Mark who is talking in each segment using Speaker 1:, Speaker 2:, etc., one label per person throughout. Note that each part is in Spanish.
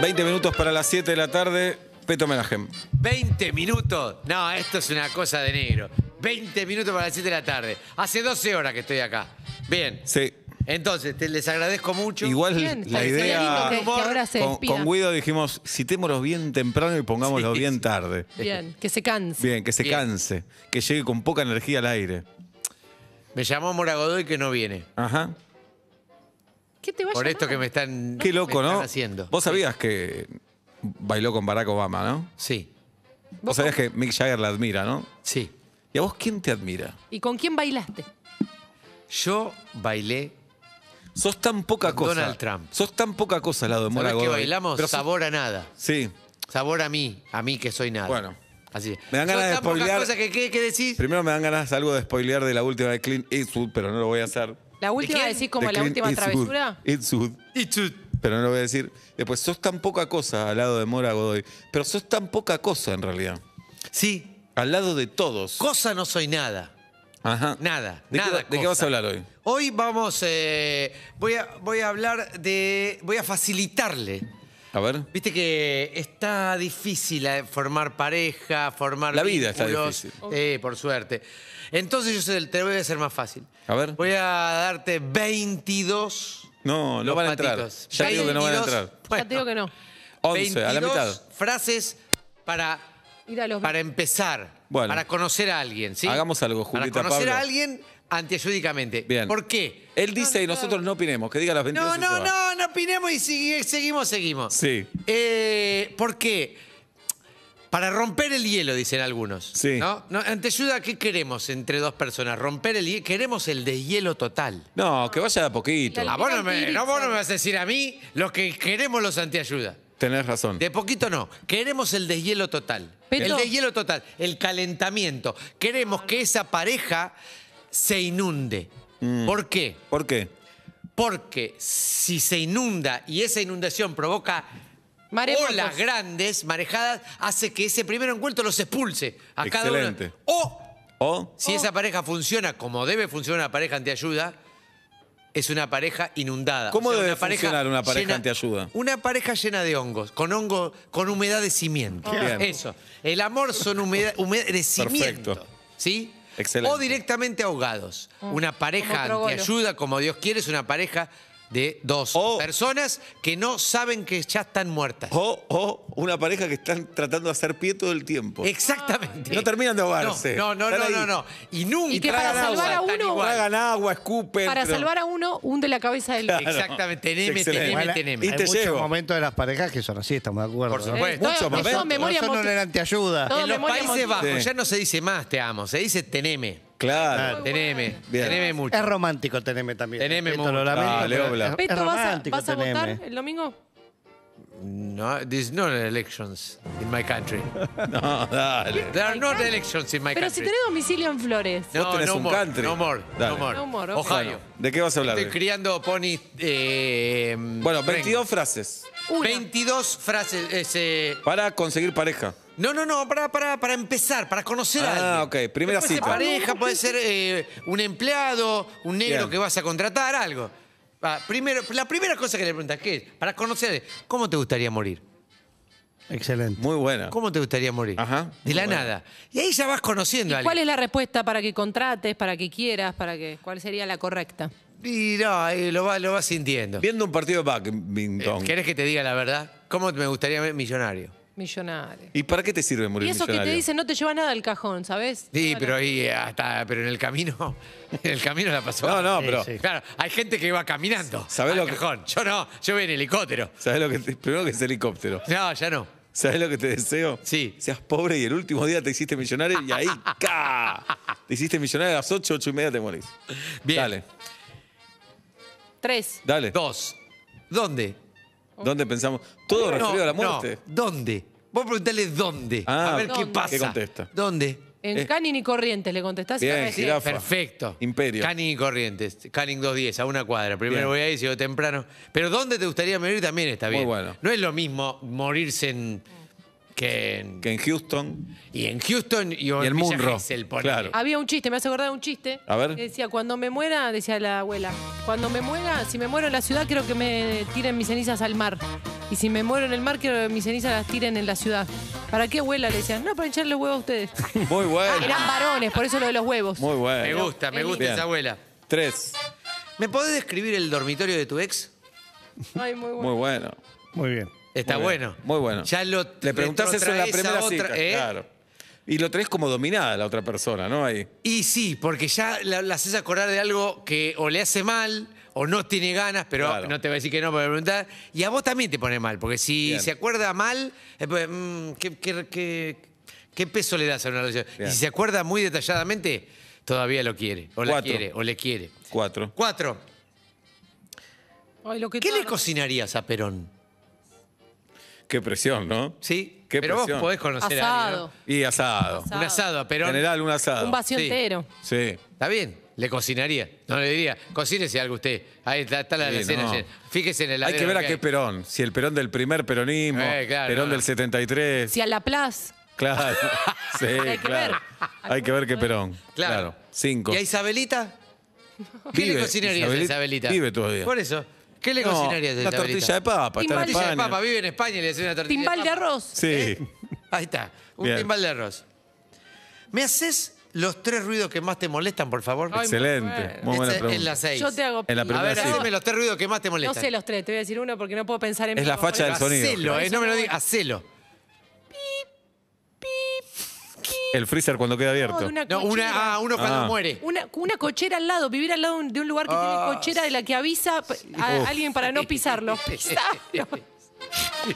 Speaker 1: 20 minutos para las 7 de la tarde, Peto Menagem.
Speaker 2: 20 minutos. No, esto es una cosa de negro. 20 minutos para las 7 de la tarde. Hace 12 horas que estoy acá. Bien.
Speaker 1: Sí.
Speaker 2: Entonces, te, les agradezco mucho.
Speaker 1: Igual
Speaker 3: Bien,
Speaker 1: la
Speaker 3: estaría
Speaker 1: idea.
Speaker 3: lindo que- que ahora se
Speaker 1: con,
Speaker 3: despida.
Speaker 1: con Guido dijimos, citémoslos bien temprano y pongámoslos
Speaker 2: Sí,
Speaker 1: bien
Speaker 2: sí.
Speaker 1: tarde.
Speaker 3: Bien, que se canse.
Speaker 1: Bien, que se
Speaker 2: Bien.
Speaker 1: canse, que llegue con poca energía al aire.
Speaker 2: Me llamó Mora Godoy que no viene.
Speaker 1: Ajá.
Speaker 3: ¿Qué te va a
Speaker 2: Por
Speaker 3: llamar?
Speaker 2: esto que me están,
Speaker 1: Qué loco,
Speaker 2: me están
Speaker 1: ¿no?
Speaker 2: haciendo.
Speaker 1: Vos sabías que bailó con Barack Obama, ¿no?
Speaker 2: Sí,
Speaker 1: Vos sabías que Mick Jagger la admira, ¿no?
Speaker 2: sí.
Speaker 1: ¿Y a vos quién te admira?
Speaker 3: ¿Y con quién bailaste?
Speaker 2: Yo bailé.
Speaker 1: Sos tan poca
Speaker 2: Con
Speaker 1: cosa.
Speaker 2: Donald Trump.
Speaker 1: Sos tan poca cosa al lado de Mora
Speaker 2: ¿Sabés que
Speaker 1: Godoy.
Speaker 2: bailamos?
Speaker 1: Pero sos-
Speaker 2: sabor a nada.
Speaker 1: Sí.
Speaker 2: Sabor a mí, a mí que soy nada.
Speaker 1: Bueno.
Speaker 2: Así es.
Speaker 1: Me dan
Speaker 2: Son
Speaker 1: ganas de
Speaker 2: tan pocas
Speaker 1: spoilear-
Speaker 2: cosas que, que, que decís.
Speaker 1: Primero me dan ganas algo de spoilear de la última de Clint Eastwood, pero no lo voy a hacer.
Speaker 3: ¿La última
Speaker 2: quién?
Speaker 3: decís como
Speaker 1: De
Speaker 3: la
Speaker 1: Clint
Speaker 3: última
Speaker 1: Eastwood.
Speaker 3: travesura?
Speaker 1: Eastwood,
Speaker 2: Y chut.
Speaker 1: pero no lo voy a decir. Después, sos tan poca cosa al lado de Mora Godoy. Pero sos tan poca cosa en realidad.
Speaker 2: Sí,
Speaker 1: Al lado de todos.
Speaker 2: cosa no soy nada.
Speaker 1: Ajá.
Speaker 2: Nada,
Speaker 1: ¿De
Speaker 2: nada.
Speaker 1: Qué, ¿De qué
Speaker 2: cosa.
Speaker 1: vas a hablar hoy?
Speaker 2: Hoy vamos, eh, voy, a, voy a hablar de, voy a facilitarle.
Speaker 1: A ver.
Speaker 2: Viste que está difícil eh, formar pareja, formar
Speaker 1: La vida está
Speaker 2: vínculos.
Speaker 1: difícil.
Speaker 2: Eh, por suerte. Entonces yo se- te lo voy a hacer más fácil.
Speaker 1: A ver.
Speaker 2: Voy a darte 22.
Speaker 1: No, no
Speaker 2: Los
Speaker 1: van a entrar.
Speaker 2: patitos.
Speaker 1: Ya digo que no van a
Speaker 2: 22,
Speaker 1: entrar.
Speaker 3: Ya te digo que no.
Speaker 1: 11, a la
Speaker 2: 22
Speaker 1: mitad.
Speaker 2: frases para
Speaker 3: Ir a los
Speaker 2: para empezar,
Speaker 1: Bueno.
Speaker 2: para conocer a alguien, ¿sí?
Speaker 1: Hagamos algo, Julieta,
Speaker 2: Para conocer
Speaker 1: Pablo.
Speaker 2: a alguien antiayúdicamente.
Speaker 1: Bien.
Speaker 2: ¿Por qué?
Speaker 1: Él dice y nosotros no opinemos. Que diga las 22
Speaker 2: No,
Speaker 1: y
Speaker 2: no,
Speaker 1: se va.
Speaker 2: no, no opinemos y sigue- seguimos, seguimos.
Speaker 1: Sí.
Speaker 2: Eh, ¿Por qué? Para romper el hielo, dicen algunos.
Speaker 1: Sí.
Speaker 2: ¿No? No, ante ayuda, ¿qué queremos entre dos personas? Romper el hielo. Queremos el deshielo total.
Speaker 1: No, que vaya de a poquito.
Speaker 3: El
Speaker 2: Ah, vos no, me,
Speaker 3: Piripiri.
Speaker 2: no, vos no me vas a decir a mí lo que queremos los antiayuda.
Speaker 1: Tenés razón.
Speaker 2: De poquito no. Queremos el deshielo total.
Speaker 3: Pero-
Speaker 2: el deshielo total, el calentamiento. Queremos que esa pareja se inunde. ¿Por qué?
Speaker 1: ¿Por qué?
Speaker 2: Porque si se inunda y esa inundación provoca
Speaker 3: Maremotos.
Speaker 2: olas grandes, marejadas, hace que ese primer encuentro los expulse a
Speaker 1: Excelente.
Speaker 2: cada uno. O
Speaker 1: ¿O?
Speaker 2: si
Speaker 3: Oh.
Speaker 2: esa pareja funciona como debe funcionar una pareja antiayuda, es una pareja inundada.
Speaker 1: ¿Cómo debe
Speaker 2: una pareja
Speaker 1: funcionar una pareja antiayuda?
Speaker 2: Una pareja llena de hongos, con hongo, con humedad de cimiento.
Speaker 1: Bien.
Speaker 2: Eso. El amor son humedad, humedad de cimiento.
Speaker 1: Perfecto.
Speaker 2: ¿Sí?
Speaker 1: Excelente.
Speaker 2: O directamente ahogados. Una pareja
Speaker 3: Mm. Como Trogolo.
Speaker 2: antiayuda, como Dios quiere, es una pareja de dos
Speaker 1: O-
Speaker 2: personas que no saben que ya están muertas.
Speaker 1: O, o una pareja que están tratando de hacer pie todo el tiempo.
Speaker 2: Exactamente.
Speaker 1: No terminan de ahogarse.
Speaker 2: No, no, no,
Speaker 1: Están
Speaker 2: no,
Speaker 1: ahí.
Speaker 2: no. Y nunca.
Speaker 3: Y que para
Speaker 2: tragan
Speaker 3: salvar
Speaker 2: agua,
Speaker 3: a
Speaker 2: están
Speaker 3: uno-
Speaker 2: igual.
Speaker 1: Tragan agua, escupen.
Speaker 3: Para
Speaker 1: pero-
Speaker 3: salvar a uno, hunde la cabeza del
Speaker 1: Claro.
Speaker 2: Exactamente, teneme,
Speaker 1: Excelente.
Speaker 2: teneme,
Speaker 1: Igual,
Speaker 2: teneme.
Speaker 1: y
Speaker 4: Hay
Speaker 1: te
Speaker 4: muchos
Speaker 1: llevo.
Speaker 4: momentos de las parejas que son así, estamos de acuerdo. ¿eh?
Speaker 2: Por
Speaker 4: ¿no?
Speaker 2: supuesto.
Speaker 3: Mucho
Speaker 1: Mucho más.
Speaker 3: memoria
Speaker 4: Eso no
Speaker 3: motil-
Speaker 4: era antiayuda.
Speaker 3: Todo
Speaker 2: En los
Speaker 3: memoria
Speaker 2: Países
Speaker 3: motil.
Speaker 2: Bajos
Speaker 1: Sí.
Speaker 2: ya no se dice más te amo, se dice teneme.
Speaker 1: Claro.
Speaker 2: Teneme,
Speaker 1: Bien.
Speaker 2: teneme mucho.
Speaker 4: Es romántico teneme también.
Speaker 2: Teneme
Speaker 4: Esto
Speaker 2: mucho.
Speaker 4: lo lamento,
Speaker 1: Ah,
Speaker 4: pero
Speaker 1: Leobla.
Speaker 4: es- es
Speaker 3: Peto, ¿vas a,
Speaker 4: romántico
Speaker 3: vas
Speaker 4: este
Speaker 3: a votar
Speaker 4: teneme.
Speaker 3: el domingo?
Speaker 2: No, there's no elections in my country.
Speaker 1: No, dale.
Speaker 2: There are no elections in my
Speaker 3: Pero si
Speaker 2: country.
Speaker 3: tenés domicilio en Flores.
Speaker 1: Vos tenés
Speaker 2: no
Speaker 1: un
Speaker 2: more,
Speaker 1: country.
Speaker 2: No more,
Speaker 1: Dale.
Speaker 2: no more.
Speaker 3: No more, ok.
Speaker 2: Ohio.
Speaker 1: ¿De qué vas a hablar?
Speaker 2: Estoy criando ponis. eh,
Speaker 1: Bueno,
Speaker 2: rengo.
Speaker 1: 22 frases
Speaker 3: Una.
Speaker 2: 22 frases. ese-
Speaker 1: para conseguir pareja.
Speaker 2: No, no, no, para, para, para empezar, para conocer a alguien.
Speaker 1: Ah, ok. Primera
Speaker 2: Puede ser
Speaker 1: cita.
Speaker 2: Pues pareja, puede ser eh, un empleado, un negro
Speaker 1: Bien.
Speaker 2: que vas a contratar, algo. Ah, primero, la primera cosa que le preguntas, ¿qué es? Para conocer, ¿cómo te gustaría morir?
Speaker 4: Excelente.
Speaker 1: Muy buena.
Speaker 2: ¿Cómo te gustaría morir?
Speaker 1: Ah. Ajá.
Speaker 2: De la nada. Y ahí ya vas conociendo a
Speaker 3: ¿Y
Speaker 2: alguien.
Speaker 3: cuál es la respuesta para que contrates, para que quieras, para que cuál sería la correcta?
Speaker 2: Y no, ahí lo vas lo vas sintiendo.
Speaker 1: Viendo un partido de
Speaker 2: Eh,
Speaker 1: badminton.
Speaker 2: ¿Querés que te diga la verdad? ¿Cómo me gustaría ver millonario?
Speaker 3: Millonario.
Speaker 1: ¿Y para qué te sirve morir
Speaker 3: Y esos que te
Speaker 1: millonario?
Speaker 3: dicen no te lleva nada al cajón, ¿sabes?
Speaker 2: Sí, pero ahí eh, hasta, pero en el camino, en el camino la pasó.
Speaker 1: No, no,
Speaker 2: Sí,
Speaker 1: pero-
Speaker 2: sí. Claro, hay gente que va caminando.
Speaker 1: ¿Sabés
Speaker 2: al
Speaker 1: lo que-
Speaker 2: cajón. Yo no, yo voy en helicóptero.
Speaker 1: ¿Sabes lo que te- primero que es helicóptero?
Speaker 2: No, ya no.
Speaker 1: ¿Sabes lo que te deseo?
Speaker 2: Sí.
Speaker 1: Seas pobre y el último día te hiciste millonario y ahí ¡ca! Te hiciste millonario a las 8, 8 y media te morís.
Speaker 2: Bien.
Speaker 1: Dale,
Speaker 3: Tres.
Speaker 1: dale.
Speaker 2: Dos. ¿Dónde?
Speaker 1: ¿Dónde pensamos? Todo referido a la
Speaker 2: no,
Speaker 1: muerte.
Speaker 2: ¿Dónde? Vos preguntale dónde.
Speaker 1: Ah,
Speaker 2: a ver qué
Speaker 3: ¿Dónde?
Speaker 2: pasa.
Speaker 1: ¿Qué contesta?
Speaker 2: ¿Dónde?
Speaker 3: En
Speaker 1: Eh.
Speaker 3: Canin y Corrientes le contestás. y
Speaker 1: Bien,
Speaker 3: la ves.
Speaker 1: girá. Jirafa.
Speaker 2: Perfecto.
Speaker 1: Imperio.
Speaker 2: Canning y Corrientes. Canning 210, a una cuadra. Primero
Speaker 1: Bien.
Speaker 2: voy ahí, llego temprano. Pero ¿dónde te gustaría morir también está
Speaker 1: Muy
Speaker 2: bien.
Speaker 1: bueno.
Speaker 2: No es lo mismo morirse en que en-
Speaker 1: que en Houston.
Speaker 2: y en Houston y,
Speaker 1: Y
Speaker 2: en
Speaker 1: el Munro,
Speaker 2: Gesell, ponele.
Speaker 1: claro.
Speaker 3: Había un chiste, me hace acordar de un chiste.
Speaker 1: A ver.
Speaker 3: Que decía, cuando me muera, decía la abuela, cuando me muera, si me muero en la ciudad, quiero que me tiren mis cenizas al mar. Y si me muero en el mar, quiero que mis cenizas las tiren en la ciudad. ¿Para qué abuela? Le decían, no, para echarle huevos a ustedes.
Speaker 1: Muy
Speaker 3: Ah,
Speaker 1: bueno.
Speaker 3: eran varones, por eso lo de los huevos.
Speaker 1: Muy bueno.
Speaker 2: Me gusta, me gusta
Speaker 1: Bien.
Speaker 2: esa abuela.
Speaker 1: Tres.
Speaker 2: ¿Me podés describir el dormitorio de tu ex?
Speaker 3: Ay, muy bueno.
Speaker 1: Muy bueno.
Speaker 4: Muy bien.
Speaker 2: Está
Speaker 1: Muy bien,
Speaker 2: bueno.
Speaker 1: Muy bueno.
Speaker 2: Ya lo
Speaker 1: Le preguntás eso en la
Speaker 2: retrotraes a
Speaker 1: primera
Speaker 2: otra-
Speaker 1: cita.
Speaker 2: ¿eh?
Speaker 1: Claro. Y lo traes como dominada a la otra persona, ¿no? Ahí.
Speaker 2: Y sí, porque ya la, la haces acordar de algo que o le hace mal o no tiene ganas, pero
Speaker 1: Claro.
Speaker 2: no te va a decir que no para preguntar. Y a vos también te pone mal, porque si
Speaker 1: Bien.
Speaker 2: se acuerda mal, eh, pues, mm, ¿qué, qué- qué- qué peso le das a una relación?
Speaker 1: Bien.
Speaker 2: Y si se acuerda muy detalladamente, todavía lo quiere, o la
Speaker 1: Cuatro.
Speaker 2: quiere, o le quiere.
Speaker 1: Cuatro.
Speaker 2: Cuatro.
Speaker 3: Ay, lo que
Speaker 2: ¿Qué le
Speaker 3: tarda.
Speaker 2: cocinarías a Perón?
Speaker 1: Qué presión, ¿no?
Speaker 2: ¿Sí?
Speaker 1: Qué
Speaker 2: pero
Speaker 1: presión.
Speaker 2: vos podés conocer a alguien.
Speaker 3: Asado.
Speaker 2: ¿no?
Speaker 1: Y asado.
Speaker 3: Asado.
Speaker 2: Un asado a Perón.
Speaker 1: General, un asado.
Speaker 3: Un vacío
Speaker 2: Sí.
Speaker 3: entero.
Speaker 1: Sí.
Speaker 2: Está bien, le cocinaría. No le diría, cocínese algo usted. Ahí está, está la,
Speaker 1: Sí,
Speaker 2: la cena
Speaker 1: no.
Speaker 2: llena. Fíjese en el
Speaker 1: Hay que ver a qué Perón. Si el Perón del primer peronismo,
Speaker 2: Eh, claro,
Speaker 1: Perón
Speaker 2: no,
Speaker 1: del
Speaker 2: no.
Speaker 1: 73.
Speaker 3: Si a la plaza.
Speaker 1: Claro. Sí,
Speaker 3: Hay que
Speaker 1: claro.
Speaker 3: ver.
Speaker 1: Hay que ver qué Perón. Claro. Cinco.
Speaker 2: ¿Y a Isabelita? ¿Qué
Speaker 1: Vive,
Speaker 2: le cocinarías
Speaker 1: Isabelita-
Speaker 2: a Isabelita?
Speaker 1: vive todavía.
Speaker 2: Por eso. ¿Qué le
Speaker 1: No,
Speaker 2: cocinarías a
Speaker 1: Una
Speaker 2: Isabelita?
Speaker 1: tortilla de papa. Está en
Speaker 3: Timbal de
Speaker 2: Tortilla de
Speaker 1: España.
Speaker 2: papa, vive en España y le haces una tortilla
Speaker 3: Timbal de
Speaker 2: papa.
Speaker 3: arroz.
Speaker 1: Sí.
Speaker 2: Ahí está, un
Speaker 1: Bien.
Speaker 2: timbal de arroz. ¿Me haces los tres ruidos que más te molestan, por favor?
Speaker 3: Ay,
Speaker 1: Excelente.
Speaker 3: muy
Speaker 1: Muy buena
Speaker 2: Esta es
Speaker 1: pregunta.
Speaker 2: la seis.
Speaker 3: Yo te hago
Speaker 1: En la
Speaker 2: A
Speaker 1: primera
Speaker 2: ver,
Speaker 1: cita.
Speaker 2: haceme los tres ruidos que más te
Speaker 3: No
Speaker 2: molestan.
Speaker 3: sé los tres, te voy a decir uno porque no puedo pensar en
Speaker 1: Es
Speaker 3: mí.
Speaker 1: la facha del
Speaker 3: Porque-
Speaker 1: sonido.
Speaker 2: Hacelo, eh, no me lo digas, hacelo.
Speaker 1: El freezer cuando queda
Speaker 3: No, de
Speaker 1: abierto.
Speaker 3: una
Speaker 2: No,
Speaker 3: cochera.
Speaker 2: una, ah, uno cuando
Speaker 1: Ah.
Speaker 2: muere.
Speaker 3: Una, una cochera al lado, vivir al lado de un lugar que tiene cochera de la que avisa p- a
Speaker 1: Uf.
Speaker 3: alguien para no pisarlo. Pisarlo.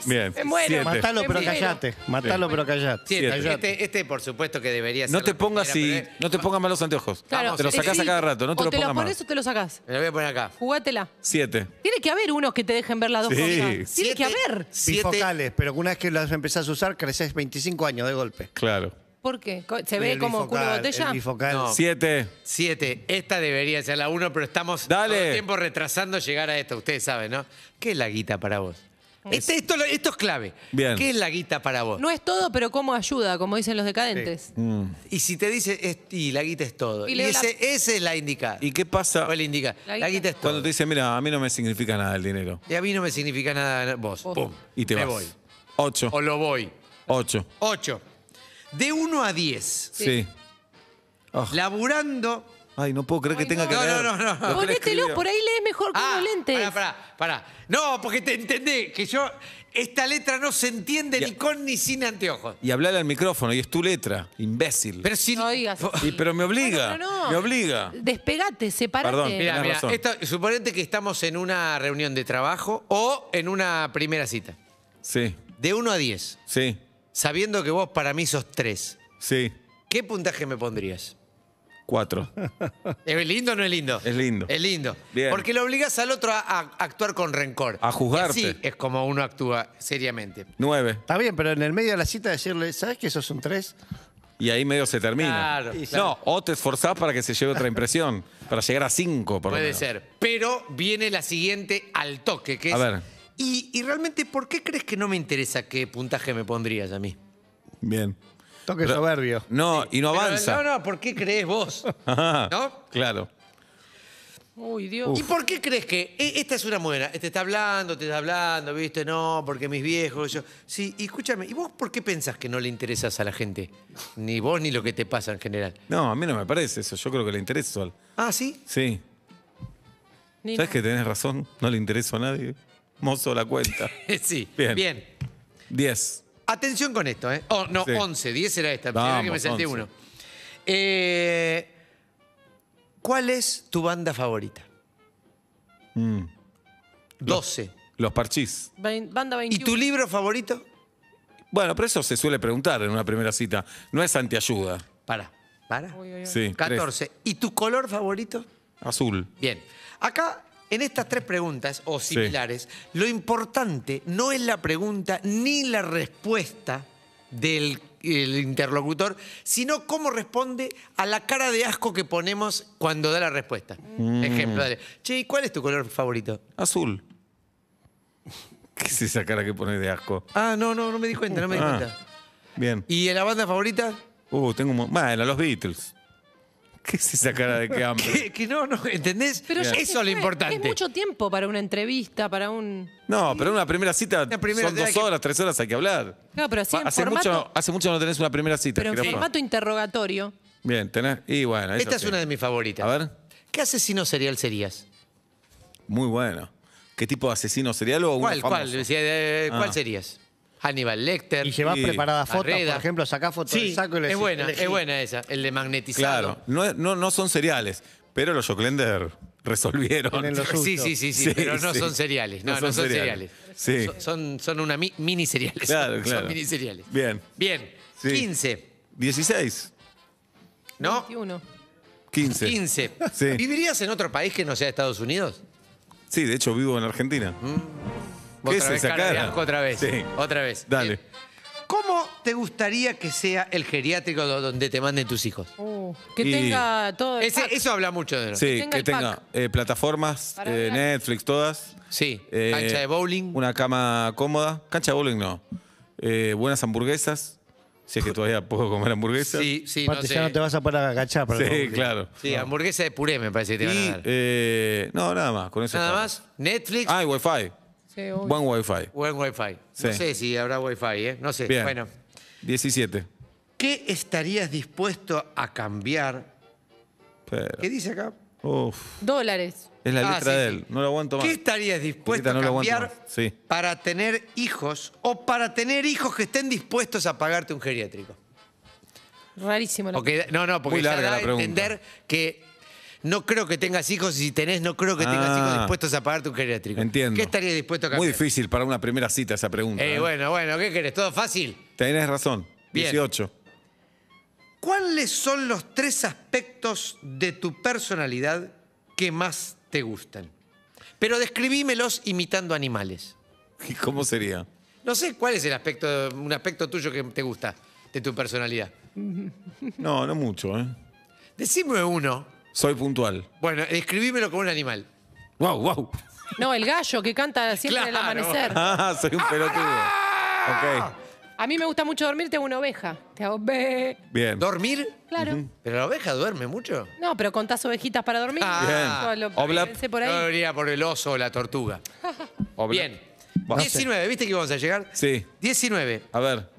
Speaker 1: Bien.
Speaker 3: Me muero.
Speaker 1: Siete.
Speaker 4: Matalo,
Speaker 3: Me
Speaker 4: pero
Speaker 3: muero.
Speaker 4: callate. Matalo, pero callate.
Speaker 2: Siete.
Speaker 1: Siete.
Speaker 2: Este, este, por supuesto, que debería ser.
Speaker 1: No te
Speaker 2: la
Speaker 1: pongas
Speaker 2: primera,
Speaker 1: si,
Speaker 2: pero, eh,
Speaker 1: no te pongas malos anteojos.
Speaker 3: Claro,
Speaker 1: te los sacás a
Speaker 3: decidí.
Speaker 1: cada rato, no te
Speaker 3: o
Speaker 1: los
Speaker 3: te
Speaker 1: pongas
Speaker 3: lo pones
Speaker 1: más.
Speaker 3: o te lo sacás.
Speaker 2: Me lo voy a poner acá.
Speaker 3: Jugátela.
Speaker 1: Siete.
Speaker 3: Tiene que haber unos que te dejen ver las dos
Speaker 1: Sí.
Speaker 3: cosas. Tiene que
Speaker 2: Siete-
Speaker 3: haber.
Speaker 2: Siete.
Speaker 4: Bifocales, pero una vez que las empezás a usar, creces 25 años de golpe.
Speaker 1: Claro.
Speaker 3: ¿Por qué? Co- ¿Se ve
Speaker 4: El
Speaker 3: como culo de
Speaker 4: bifocal,
Speaker 3: botella?
Speaker 4: El bifocal.
Speaker 2: No.
Speaker 1: Siete.
Speaker 2: Siete. Esta debería ser la uno, pero estamos
Speaker 1: Dale.
Speaker 2: todo el tiempo retrasando llegar a esto. Ustedes saben, ¿no? ¿Qué es la guita para vos? Este- esto, lo- esto es clave.
Speaker 1: Bien.
Speaker 2: ¿Qué es la guita para vos?
Speaker 3: No es todo, pero cómo ayuda, como dicen los decadentes.
Speaker 2: Y si te dice, es- y la guita es todo.
Speaker 3: Y
Speaker 2: Y,
Speaker 3: le doy la-
Speaker 2: ese, ese es la indicada.
Speaker 1: ¿Y qué pasa
Speaker 2: O el indicado. La
Speaker 3: La
Speaker 2: guita,
Speaker 3: guita
Speaker 2: es todo.
Speaker 1: cuando te dicen, mira, a mí no me significa nada el dinero?
Speaker 2: Y a mí no me significa nada vos.
Speaker 3: Vos.
Speaker 2: Pum.
Speaker 1: Y te
Speaker 2: Me
Speaker 1: vas.
Speaker 2: voy.
Speaker 1: Ocho.
Speaker 2: O lo voy.
Speaker 1: Ocho.
Speaker 2: Ocho. De uno a diez.
Speaker 1: Sí. Ah.
Speaker 2: Laburando.
Speaker 1: Ay, no puedo creer que
Speaker 3: Ay,
Speaker 1: tenga
Speaker 3: no.
Speaker 1: que
Speaker 2: No,
Speaker 1: leer.
Speaker 2: no, no, no.
Speaker 1: Lo que él
Speaker 3: Ponételo,
Speaker 1: escribió. Ah,
Speaker 3: por ahí lees mejor con los lentes.
Speaker 2: Ah, Pará, pará, pará. No, porque te entendé que yo. Esta letra no se entiende
Speaker 1: Ya.
Speaker 2: ni con ni sin anteojos.
Speaker 1: Y hablarle al micrófono, y es tu letra, imbécil.
Speaker 2: Pero si. Oh,
Speaker 3: No digas así.
Speaker 1: Y- pero me obliga, me obliga.
Speaker 3: Despegate, sepárate.
Speaker 1: Perdón,
Speaker 2: Mirá,
Speaker 1: Tenés
Speaker 2: mirá,
Speaker 1: razón.
Speaker 2: esto- suponete que estamos en una reunión de trabajo o en una primera cita.
Speaker 1: Sí,
Speaker 2: De 1 a 10,
Speaker 1: sí,
Speaker 2: sabiendo que vos para mí sos 3,
Speaker 1: sí.
Speaker 2: ¿qué puntaje me pondrías?
Speaker 1: Cuatro.
Speaker 2: ¿Es lindo o no es lindo?
Speaker 1: Es lindo.
Speaker 2: Es lindo.
Speaker 1: Bien.
Speaker 2: Porque lo obligás al otro a, a actuar con rencor.
Speaker 1: A juzgarte.
Speaker 2: Sí, es como uno actúa seriamente.
Speaker 1: Nueve.
Speaker 4: Está bien, pero en el medio de la cita decirle, ¿sabes que sos un 3?
Speaker 1: Y ahí medio se termina.
Speaker 2: Claro,
Speaker 1: no,
Speaker 2: claro.
Speaker 1: o te esforzás para que se lleve otra impresión, para llegar a cinco, por lo
Speaker 2: Puede
Speaker 1: menos.
Speaker 2: ser. Pero viene la siguiente al toque, que es.
Speaker 1: A ver.
Speaker 2: Y, y realmente, ¿por qué crees que no me interesa qué puntaje me pondrías a mí?
Speaker 1: Bien.
Speaker 4: Toque
Speaker 1: Pero-
Speaker 4: soberbio.
Speaker 1: No, y no
Speaker 2: Pero,
Speaker 1: avanza.
Speaker 2: no, no, ¿por qué crees vos?
Speaker 1: Ajá,
Speaker 2: ¿No?
Speaker 1: Claro.
Speaker 3: Uy, Dios.
Speaker 2: ¿Y por qué crees que e- esta es una buena? Te está hablando, te está hablando, ¿viste? No, porque mis viejos, yo. Sí, y escúchame, ¿y vos por qué pensás que no le interesas a la gente? Ni vos ni lo que te pasa en general.
Speaker 1: No, a mí no me parece eso. Yo creo que le intereso al.
Speaker 2: Ah, sí.
Speaker 1: Sí.
Speaker 3: Ni-
Speaker 1: ¿Sabes que tenés razón? No le intereso a nadie. Mozo la cuenta.
Speaker 2: sí.
Speaker 1: Bien.
Speaker 2: Bien.
Speaker 1: Diez.
Speaker 2: Atención con esto, ¿eh? Oh, no,
Speaker 1: Sí.
Speaker 2: 11, 10 era esta.
Speaker 1: Vamos,
Speaker 2: primera que me salté
Speaker 1: 11.
Speaker 2: uno. Eh, ¿Cuál es tu banda favorita?
Speaker 1: Mm.
Speaker 2: 12.
Speaker 1: Los parchís.
Speaker 3: Vein- Banda
Speaker 2: ¿Y
Speaker 3: 21.
Speaker 2: tu libro favorito?
Speaker 1: Bueno, pero eso se suele preguntar en una primera cita. No es antiayuda.
Speaker 2: Para, para.
Speaker 3: Uy, uy, uy.
Speaker 1: Sí. tres.
Speaker 2: 14. ¿Y tu color favorito?
Speaker 1: Azul.
Speaker 2: Bien. Acá, en estas tres preguntas o similares, lo importante no es la pregunta ni la respuesta del el interlocutor, sino cómo responde a la cara de asco que ponemos cuando da la respuesta.
Speaker 1: Mm.
Speaker 2: Ejemplo, dale. Che, ¿y cuál es tu color favorito?
Speaker 1: Azul. ¿Qué es esa cara que pones de asco?
Speaker 2: Ah, no, no, no me di cuenta, no me di
Speaker 1: Ah.
Speaker 2: cuenta.
Speaker 1: Bien.
Speaker 2: ¿Y en la banda favorita?
Speaker 1: Uh, tengo un. mo- Bueno, los Beatles. ¿Qué es esa cara de que hambre?
Speaker 2: Que, que no, no, ¿entendés?
Speaker 3: Pero ya
Speaker 2: Eso
Speaker 3: se
Speaker 2: es lo
Speaker 3: fue.
Speaker 2: importante.
Speaker 3: Es mucho tiempo para una entrevista, para un.
Speaker 1: No, pero en una primera cita
Speaker 2: Una primera
Speaker 1: son
Speaker 2: cita
Speaker 1: dos
Speaker 2: que-
Speaker 1: horas, tres horas hay que hablar.
Speaker 3: Claro, pero así
Speaker 1: Va,
Speaker 3: en
Speaker 1: hace,
Speaker 3: formato-
Speaker 1: mucho, hace mucho no tenés una primera cita.
Speaker 3: Pero en
Speaker 1: Jirafa.
Speaker 3: formato interrogatorio.
Speaker 1: Bien, tenés. Y bueno, eso
Speaker 2: Esta es
Speaker 1: sí.
Speaker 2: una de mis favoritas.
Speaker 1: A ver,
Speaker 2: ¿Qué asesino serial serías?
Speaker 1: muy bueno. ¿Qué tipo de asesino serial o uno
Speaker 2: ¿Cuál, cuál?
Speaker 1: famoso?
Speaker 2: Decía, eh, ¿Cuál
Speaker 1: Ah.
Speaker 2: serías? Hannibal Lecter.
Speaker 4: Y llevás
Speaker 1: Sí.
Speaker 4: preparadas fotos, por
Speaker 2: Arreda.
Speaker 4: ejemplo, sacás fotos
Speaker 2: Sí,
Speaker 4: del saco y le
Speaker 2: es
Speaker 4: decís,
Speaker 2: buena,
Speaker 4: elegí.
Speaker 2: es buena esa, el de magnetizado.
Speaker 1: Claro, no, es- no, no son cereales, pero los Joclender resolvieron.
Speaker 4: Tienen lo suyo.
Speaker 2: Sí, sí, sí, sí,
Speaker 1: Sí,
Speaker 2: pero no
Speaker 1: sí.
Speaker 2: son cereales, no, no, son cereales.
Speaker 1: Sí.
Speaker 2: So- Son, son una mi- mini cereales.
Speaker 1: Claro, claro.
Speaker 2: Son mini cereales.
Speaker 1: Bien.
Speaker 2: Bien.
Speaker 1: Sí.
Speaker 2: 15.
Speaker 1: 16,
Speaker 2: ¿No?
Speaker 3: 21.
Speaker 1: 15.
Speaker 2: 15.
Speaker 1: Sí.
Speaker 2: ¿Vivirías en otro país que no sea Estados Unidos?
Speaker 1: Sí, de hecho vivo en Argentina.
Speaker 2: Mm. Otra
Speaker 1: ¿Qué es
Speaker 2: vez,
Speaker 1: esa
Speaker 2: cara de
Speaker 1: cara?
Speaker 2: asco, otra vez.
Speaker 1: Sí.
Speaker 2: Otra vez.
Speaker 1: Dale.
Speaker 2: Bien. ¿Cómo te gustaría que sea el geriátrico do- donde te manden tus hijos?
Speaker 3: Uh, que
Speaker 1: Y-
Speaker 3: tenga todo. el
Speaker 2: Ese-
Speaker 3: pack.
Speaker 2: eso habla mucho de nosotros.
Speaker 1: Sí,
Speaker 3: tenga
Speaker 1: que
Speaker 3: el
Speaker 1: tenga
Speaker 3: pack.
Speaker 1: eh, plataformas,
Speaker 3: Para
Speaker 1: eh,
Speaker 3: hablar.
Speaker 1: Netflix, todas.
Speaker 2: Sí,
Speaker 1: Eh,
Speaker 2: cancha de bowling.
Speaker 1: Una cama cómoda. Cancha de bowling no. Eh, buenas hamburguesas. Si es que todavía puedo comer hamburguesas.
Speaker 2: Sí, sí, no
Speaker 4: Aparte,
Speaker 2: sé.
Speaker 4: ya no te vas a poder agachar. para
Speaker 1: Sí,
Speaker 4: el móvil.
Speaker 1: claro.
Speaker 2: Sí, hamburguesa de puré me parece que te van
Speaker 1: Y
Speaker 2: a dar.
Speaker 1: eh, no, nada más. Con eso
Speaker 2: Nada
Speaker 1: estamos.
Speaker 2: más, Netflix,
Speaker 1: Ah, y Wi-Fi.
Speaker 3: Sí, obvio.
Speaker 1: Buen Wi-Fi.
Speaker 2: buen Wi-Fi. No
Speaker 1: Sí.
Speaker 2: sé si habrá Wi-Fi, ¿eh? No sé.
Speaker 1: Bien.
Speaker 2: Bueno,
Speaker 1: 17.
Speaker 2: ¿qué estarías dispuesto a cambiar?
Speaker 1: Pero,
Speaker 2: ¿Qué dice acá?
Speaker 1: uf,
Speaker 3: Dólares.
Speaker 1: es la
Speaker 2: Ah,
Speaker 1: letra
Speaker 2: sí,
Speaker 1: de él.
Speaker 2: sí.
Speaker 1: No lo aguanto más.
Speaker 2: ¿Qué estarías dispuesto
Speaker 1: Chiquita, no
Speaker 2: a
Speaker 1: lo aguanto
Speaker 2: cambiar
Speaker 1: más. Sí.
Speaker 2: para tener hijos o para tener hijos que estén dispuestos a pagarte un geriátrico?
Speaker 3: Rarísimo. la-
Speaker 2: O que- no, no, porque
Speaker 1: Muy
Speaker 2: ya
Speaker 1: larga
Speaker 2: da
Speaker 1: la
Speaker 2: a
Speaker 1: pregunta.
Speaker 2: entender que no creo que tengas hijos y si tenés, no creo que tengas
Speaker 1: Ah.
Speaker 2: hijos dispuestos a pagarte un geriátrico.
Speaker 1: Entiendo.
Speaker 2: ¿Qué estarías dispuesto a cambiar?
Speaker 1: Muy difícil para una primera cita esa pregunta.
Speaker 2: Eh,
Speaker 1: ¿eh?
Speaker 2: bueno, bueno, ¿qué querés? ¿Todo fácil?
Speaker 1: Tenés razón.
Speaker 2: Bien.
Speaker 1: 18.
Speaker 2: ¿Cuáles son los tres aspectos de tu personalidad que más te gustan? Pero describímelos imitando animales.
Speaker 1: ¿Y ¿Cómo sería?
Speaker 2: No sé cuál es el aspecto, un aspecto tuyo que te gusta de tu personalidad.
Speaker 1: No, no mucho, ¿eh?
Speaker 2: Decime uno.
Speaker 1: Soy puntual.
Speaker 2: Bueno, describímelo con un animal.
Speaker 1: ¡Wow, wow!
Speaker 3: No, el gallo que canta siempre en el
Speaker 2: Claro.
Speaker 3: amanecer.
Speaker 1: Ah, soy un
Speaker 3: Ah.
Speaker 1: pelotudo.
Speaker 3: A mí me gusta mucho dormir, tengo una oveja. Te hago be.
Speaker 1: Ok, bien.
Speaker 2: ¿Dormir?
Speaker 3: Claro.
Speaker 2: ¿Pero la oveja duerme mucho?
Speaker 3: No, pero contás ovejitas para dormir.
Speaker 2: Ah.
Speaker 3: Yo lo-
Speaker 1: Oblap.
Speaker 3: pensé por
Speaker 2: No
Speaker 3: ahí.
Speaker 2: debería por el oso o la tortuga. Bien.
Speaker 1: Va.
Speaker 2: 19, ¿viste que vamos a llegar?
Speaker 1: Sí.
Speaker 2: 19.
Speaker 1: A ver.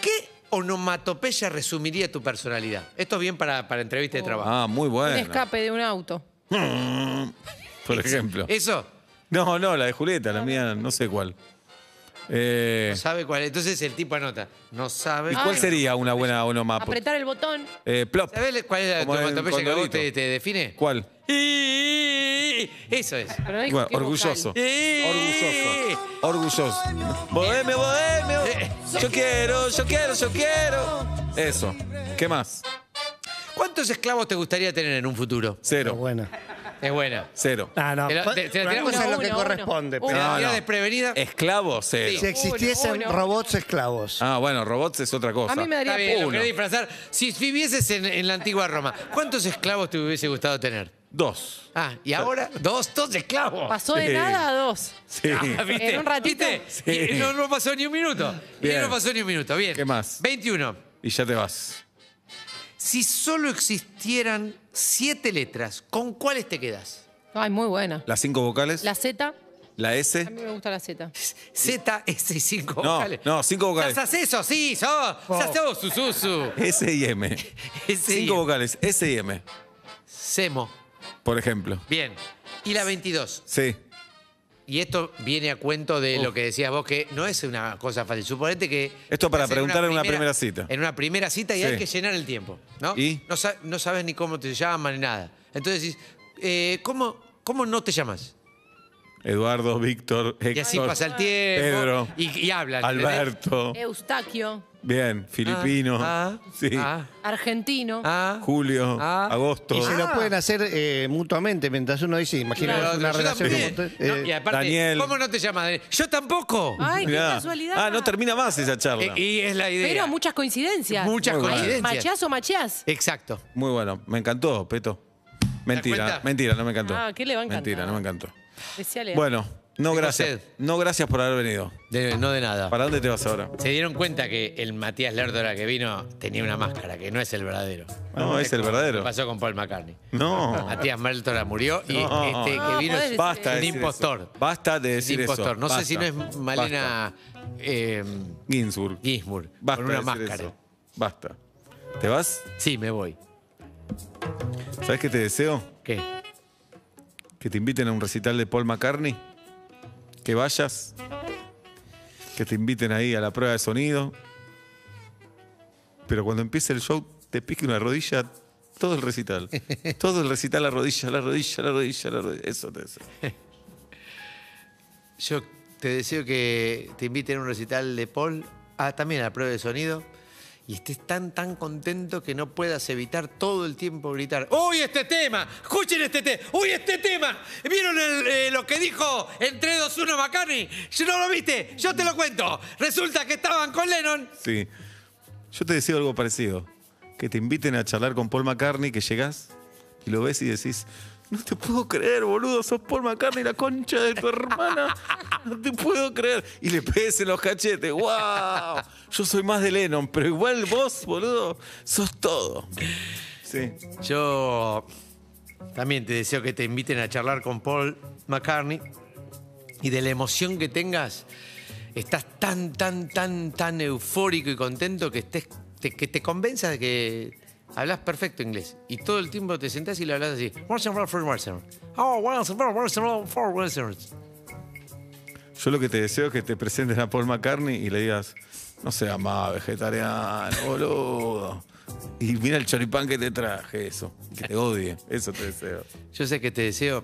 Speaker 2: ¿Qué onomatopeya resumiría tu personalidad? Esto es bien para, para entrevista
Speaker 3: Oh.
Speaker 2: de trabajo.
Speaker 1: Ah, muy
Speaker 3: Un
Speaker 1: bueno.
Speaker 3: escape de un auto.
Speaker 1: Por ejemplo.
Speaker 2: Eso,
Speaker 1: No, no, la de Julieta, la mía, no sé cuál. Eh,
Speaker 2: no sabe cuál. es. Entonces el tipo anota. No sabe.
Speaker 1: ¿Y cuál
Speaker 3: Ay.
Speaker 1: sería una buena
Speaker 2: Ah,
Speaker 1: onomapa?
Speaker 3: Apretar el botón.
Speaker 1: Eh, plop.
Speaker 2: ¿Sabés cuál es la
Speaker 1: Como el
Speaker 2: onomatopeya que a vos
Speaker 1: condorito.
Speaker 2: te, te define?
Speaker 1: ¿Cuál?
Speaker 2: Eso es.
Speaker 3: Pero no dijo
Speaker 1: Bueno,
Speaker 3: qué
Speaker 1: orgulloso.
Speaker 3: vocal.
Speaker 2: Eh.
Speaker 1: Orgulloso. Orgulloso. Bohemio, bohemio. Yo quiero, yo quiero, yo quiero. Eso. ¿Qué más?
Speaker 2: ¿Cuántos esclavos te gustaría tener en un futuro?
Speaker 4: Pero
Speaker 1: Cero.
Speaker 4: bueno.
Speaker 2: Es buena.
Speaker 1: Cero.
Speaker 4: Ah, no.
Speaker 2: Te la- te- te la
Speaker 4: una
Speaker 2: tiramos
Speaker 4: cosa es lo
Speaker 3: uno,
Speaker 4: que
Speaker 3: uno.
Speaker 4: corresponde.
Speaker 3: Uno.
Speaker 2: ¿Te
Speaker 4: pero-
Speaker 2: la
Speaker 1: No,
Speaker 2: tirás
Speaker 1: no.
Speaker 2: desprevenida?
Speaker 1: Esclavo, cero.
Speaker 4: Si existiesen
Speaker 3: Uno, uno.
Speaker 4: robots esclavos.
Speaker 1: Ah, bueno, robots es otra cosa.
Speaker 3: A mí me
Speaker 2: Está
Speaker 3: daría
Speaker 2: bien, lo
Speaker 3: pena.
Speaker 2: querés disfrazar. Si vivieses en, en la antigua Roma, ¿cuántos esclavos te hubiese gustado tener?
Speaker 1: Dos.
Speaker 2: Ah, y ahora dos, dos esclavos.
Speaker 3: Pasó de
Speaker 1: Sí.
Speaker 3: nada a dos.
Speaker 1: Sí.
Speaker 2: Ah, ¿viste?
Speaker 3: En un ratito.
Speaker 2: ¿Viste? Y No, no pasó ni un minuto. Y
Speaker 1: Bien.
Speaker 2: no pasó ni un minuto. Bien.
Speaker 1: ¿Qué más?
Speaker 2: 21.
Speaker 1: Y ya te vas.
Speaker 2: Si solo existieran siete letras, ¿con cuáles te quedas?
Speaker 3: Ay, muy buena.
Speaker 1: Las cinco vocales.
Speaker 3: La Z,
Speaker 1: La S.
Speaker 3: a mí me gusta la Z.
Speaker 2: Z, S y cinco
Speaker 1: No,
Speaker 2: vocales.
Speaker 1: no, cinco vocales. Oh.
Speaker 2: ¿Sas eso? Sí, so. ¿Sas eso? Su, su, su.
Speaker 1: S y M.
Speaker 2: Ese-
Speaker 1: Cinco vocales. S y M.
Speaker 2: Semo.
Speaker 1: Por ejemplo.
Speaker 2: Bien. Y la 22.
Speaker 1: Sí.
Speaker 2: Y esto viene a cuento de lo que decías vos, que no es una cosa fácil. Suponete que.
Speaker 1: Esto para
Speaker 2: estás
Speaker 1: preguntar en una primera cita.
Speaker 2: En una primera cita y
Speaker 1: Sí.
Speaker 2: hay que llenar el tiempo, ¿no?
Speaker 1: ¿Y?
Speaker 2: No, sa- no sabes ni cómo te llaman ni nada. Entonces decís, eh, ¿cómo, ¿cómo no te llamas?
Speaker 1: Eduardo, Víctor, Héctor.
Speaker 2: Y así pasa el tiempo.
Speaker 1: Pedro.
Speaker 2: Y, y hablan. ¿entendés?
Speaker 1: Alberto.
Speaker 3: Eustaquio,
Speaker 1: Bien. Filipino.
Speaker 2: Ah, ah,
Speaker 1: sí.
Speaker 2: ah,
Speaker 3: argentino.
Speaker 2: ah.
Speaker 1: Julio.
Speaker 2: Ah.
Speaker 1: Agosto.
Speaker 4: Y se lo
Speaker 2: Ah.
Speaker 4: pueden hacer eh, mutuamente mientras uno dice, imagina
Speaker 2: Pero
Speaker 4: una
Speaker 2: yo
Speaker 4: relación
Speaker 2: también.
Speaker 4: como usted,
Speaker 2: No,
Speaker 4: eh,
Speaker 2: y aparte,
Speaker 1: Daniel.
Speaker 2: ¿cómo no te llamas? Daniel? Yo tampoco.
Speaker 3: Ay, qué
Speaker 1: Mirá.
Speaker 3: casualidad.
Speaker 1: Ah, no termina más esa charla.
Speaker 2: E- y es la idea.
Speaker 3: Pero muchas coincidencias.
Speaker 2: Muchas
Speaker 1: Muy bueno.
Speaker 2: coincidencias.
Speaker 3: Macheás o macheás.
Speaker 2: Exacto.
Speaker 1: Muy bueno. Me encantó, Peto. Mentira,
Speaker 2: cuenta?
Speaker 1: mentira, no me encantó.
Speaker 3: Ah, ¿qué le va a encantar?
Speaker 1: Mentira, no me encantó.
Speaker 3: Decíale.
Speaker 1: Bueno, No,
Speaker 2: Tengo
Speaker 1: gracias.
Speaker 2: sed.
Speaker 1: No, gracias por haber venido.
Speaker 2: De- no de nada.
Speaker 1: ¿Para dónde te vas ahora?
Speaker 2: Se dieron cuenta que el Matías Lertora que vino tenía una máscara, que no es el verdadero.
Speaker 1: No, es el verdadero.
Speaker 2: Lo pasó con Paul McCartney.
Speaker 1: No.
Speaker 2: Matías Lertora murió y
Speaker 1: No.
Speaker 2: este que
Speaker 3: No,
Speaker 2: vino
Speaker 3: podés
Speaker 2: es
Speaker 1: Basta de
Speaker 2: un
Speaker 1: decir
Speaker 2: impostor.
Speaker 1: eso. Basta de decir
Speaker 2: impostor.
Speaker 1: eso.
Speaker 2: No sé
Speaker 1: Basta.
Speaker 2: si no es Malena eh,
Speaker 1: Basta. Ginsburg.
Speaker 2: Ginsburg
Speaker 1: Basta
Speaker 2: con una
Speaker 1: de decir
Speaker 2: máscara.
Speaker 1: eso. Basta. ¿Te vas?
Speaker 2: Sí, me voy.
Speaker 1: ¿Sabes qué te deseo?
Speaker 2: ¿Qué?
Speaker 1: Que te inviten a un recital de Paul McCartney. Que vayas. Que te inviten ahí a la prueba de sonido. Pero cuando empiece el show, te pique una rodilla todo el recital. Todo el recital, la rodilla, la rodilla, la rodilla, la rodilla. Eso te deseo.
Speaker 2: Yo te deseo que te inviten a un recital de Paul, ah, también a la prueba de sonido, y estés tan, tan contento que no puedas evitar todo el tiempo gritar, ¡Uy, este tema! ¡Escuchen este tema! ¡Uy, este tema! ¿Vieron el, eh, lo que dijo en 3, 2, 1 Bacani? Si no lo viste, yo te lo cuento. Resulta que estaban con Lennon.
Speaker 1: Sí. Yo te deseo algo parecido. Que te inviten a charlar con Paul McCartney, que llegás y lo ves y decís, no te puedo creer, boludo, sos Paul McCartney, la concha de tu hermana. No te puedo creer. Y le pegues en los cachetes. ¡Wow! Yo soy más de Lennon, pero igual vos, boludo, sos todo. Sí.
Speaker 2: Yo también te deseo que te inviten a charlar con Paul McCartney y de la emoción que tengas, estás tan, tan, tan, tan eufórico y contento que, estés, te, que te convenzas de que hablas perfecto inglés y todo el tiempo te sentás y le hablas así. Oh,
Speaker 1: Yo lo que te deseo es que te presentes a Paul McCartney y le digas, no seas más vegetariano, boludo. Y mira el choripán que te traje, eso. Que te odie, eso te deseo.
Speaker 2: Yo sé que te deseo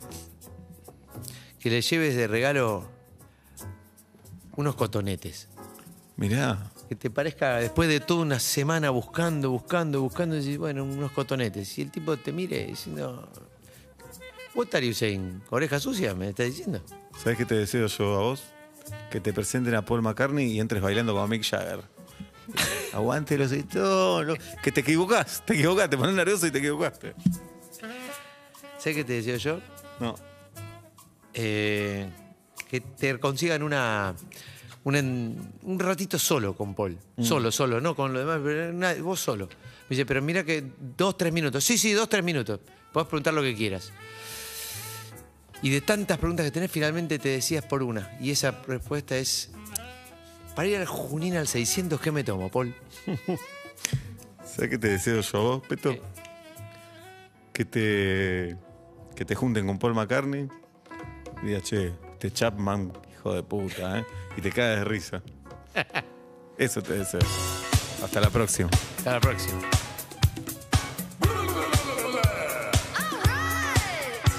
Speaker 2: que le lleves de regalo unos cotonetes.
Speaker 1: Mirá,
Speaker 2: que te parezca después de toda una semana buscando, buscando, buscando, y decís, bueno, unos cotonetes. Y el tipo te mire diciendo, ¿What are you saying? ¿Oreja sucia? ¿Me está diciendo?
Speaker 1: ¿sabes qué te deseo yo a vos? Que te presenten a Paul McCartney y entres bailando como Mick Jagger. Aguante los estoros. Que te equivocás, te equivocás, te pones nervioso y te equivocaste.
Speaker 2: ¿Sabes qué te decía yo?
Speaker 1: No.
Speaker 2: Eh, que te consigan una, una- un ratito solo con Paul. Solo, solo, no con los demás, pero na- vos solo. Me dice, pero mira que dos, tres minutos. Sí, sí, dos, tres minutos. Podés preguntar lo que quieras. Y de tantas preguntas que tenés, finalmente te decías por una. Y esa respuesta es, para ir al Junín al 600, ¿qué me tomo, Paul?
Speaker 1: ¿Sabes qué te deseo yo a vos, Peto?
Speaker 2: ¿Qué?
Speaker 1: Que te. Que te junten con Paul McCartney y digas, che, este Chapman, hijo de puta, ¿eh? Y te caes de risa. Eso te deseo. Hasta la próxima.
Speaker 2: Hasta la próxima.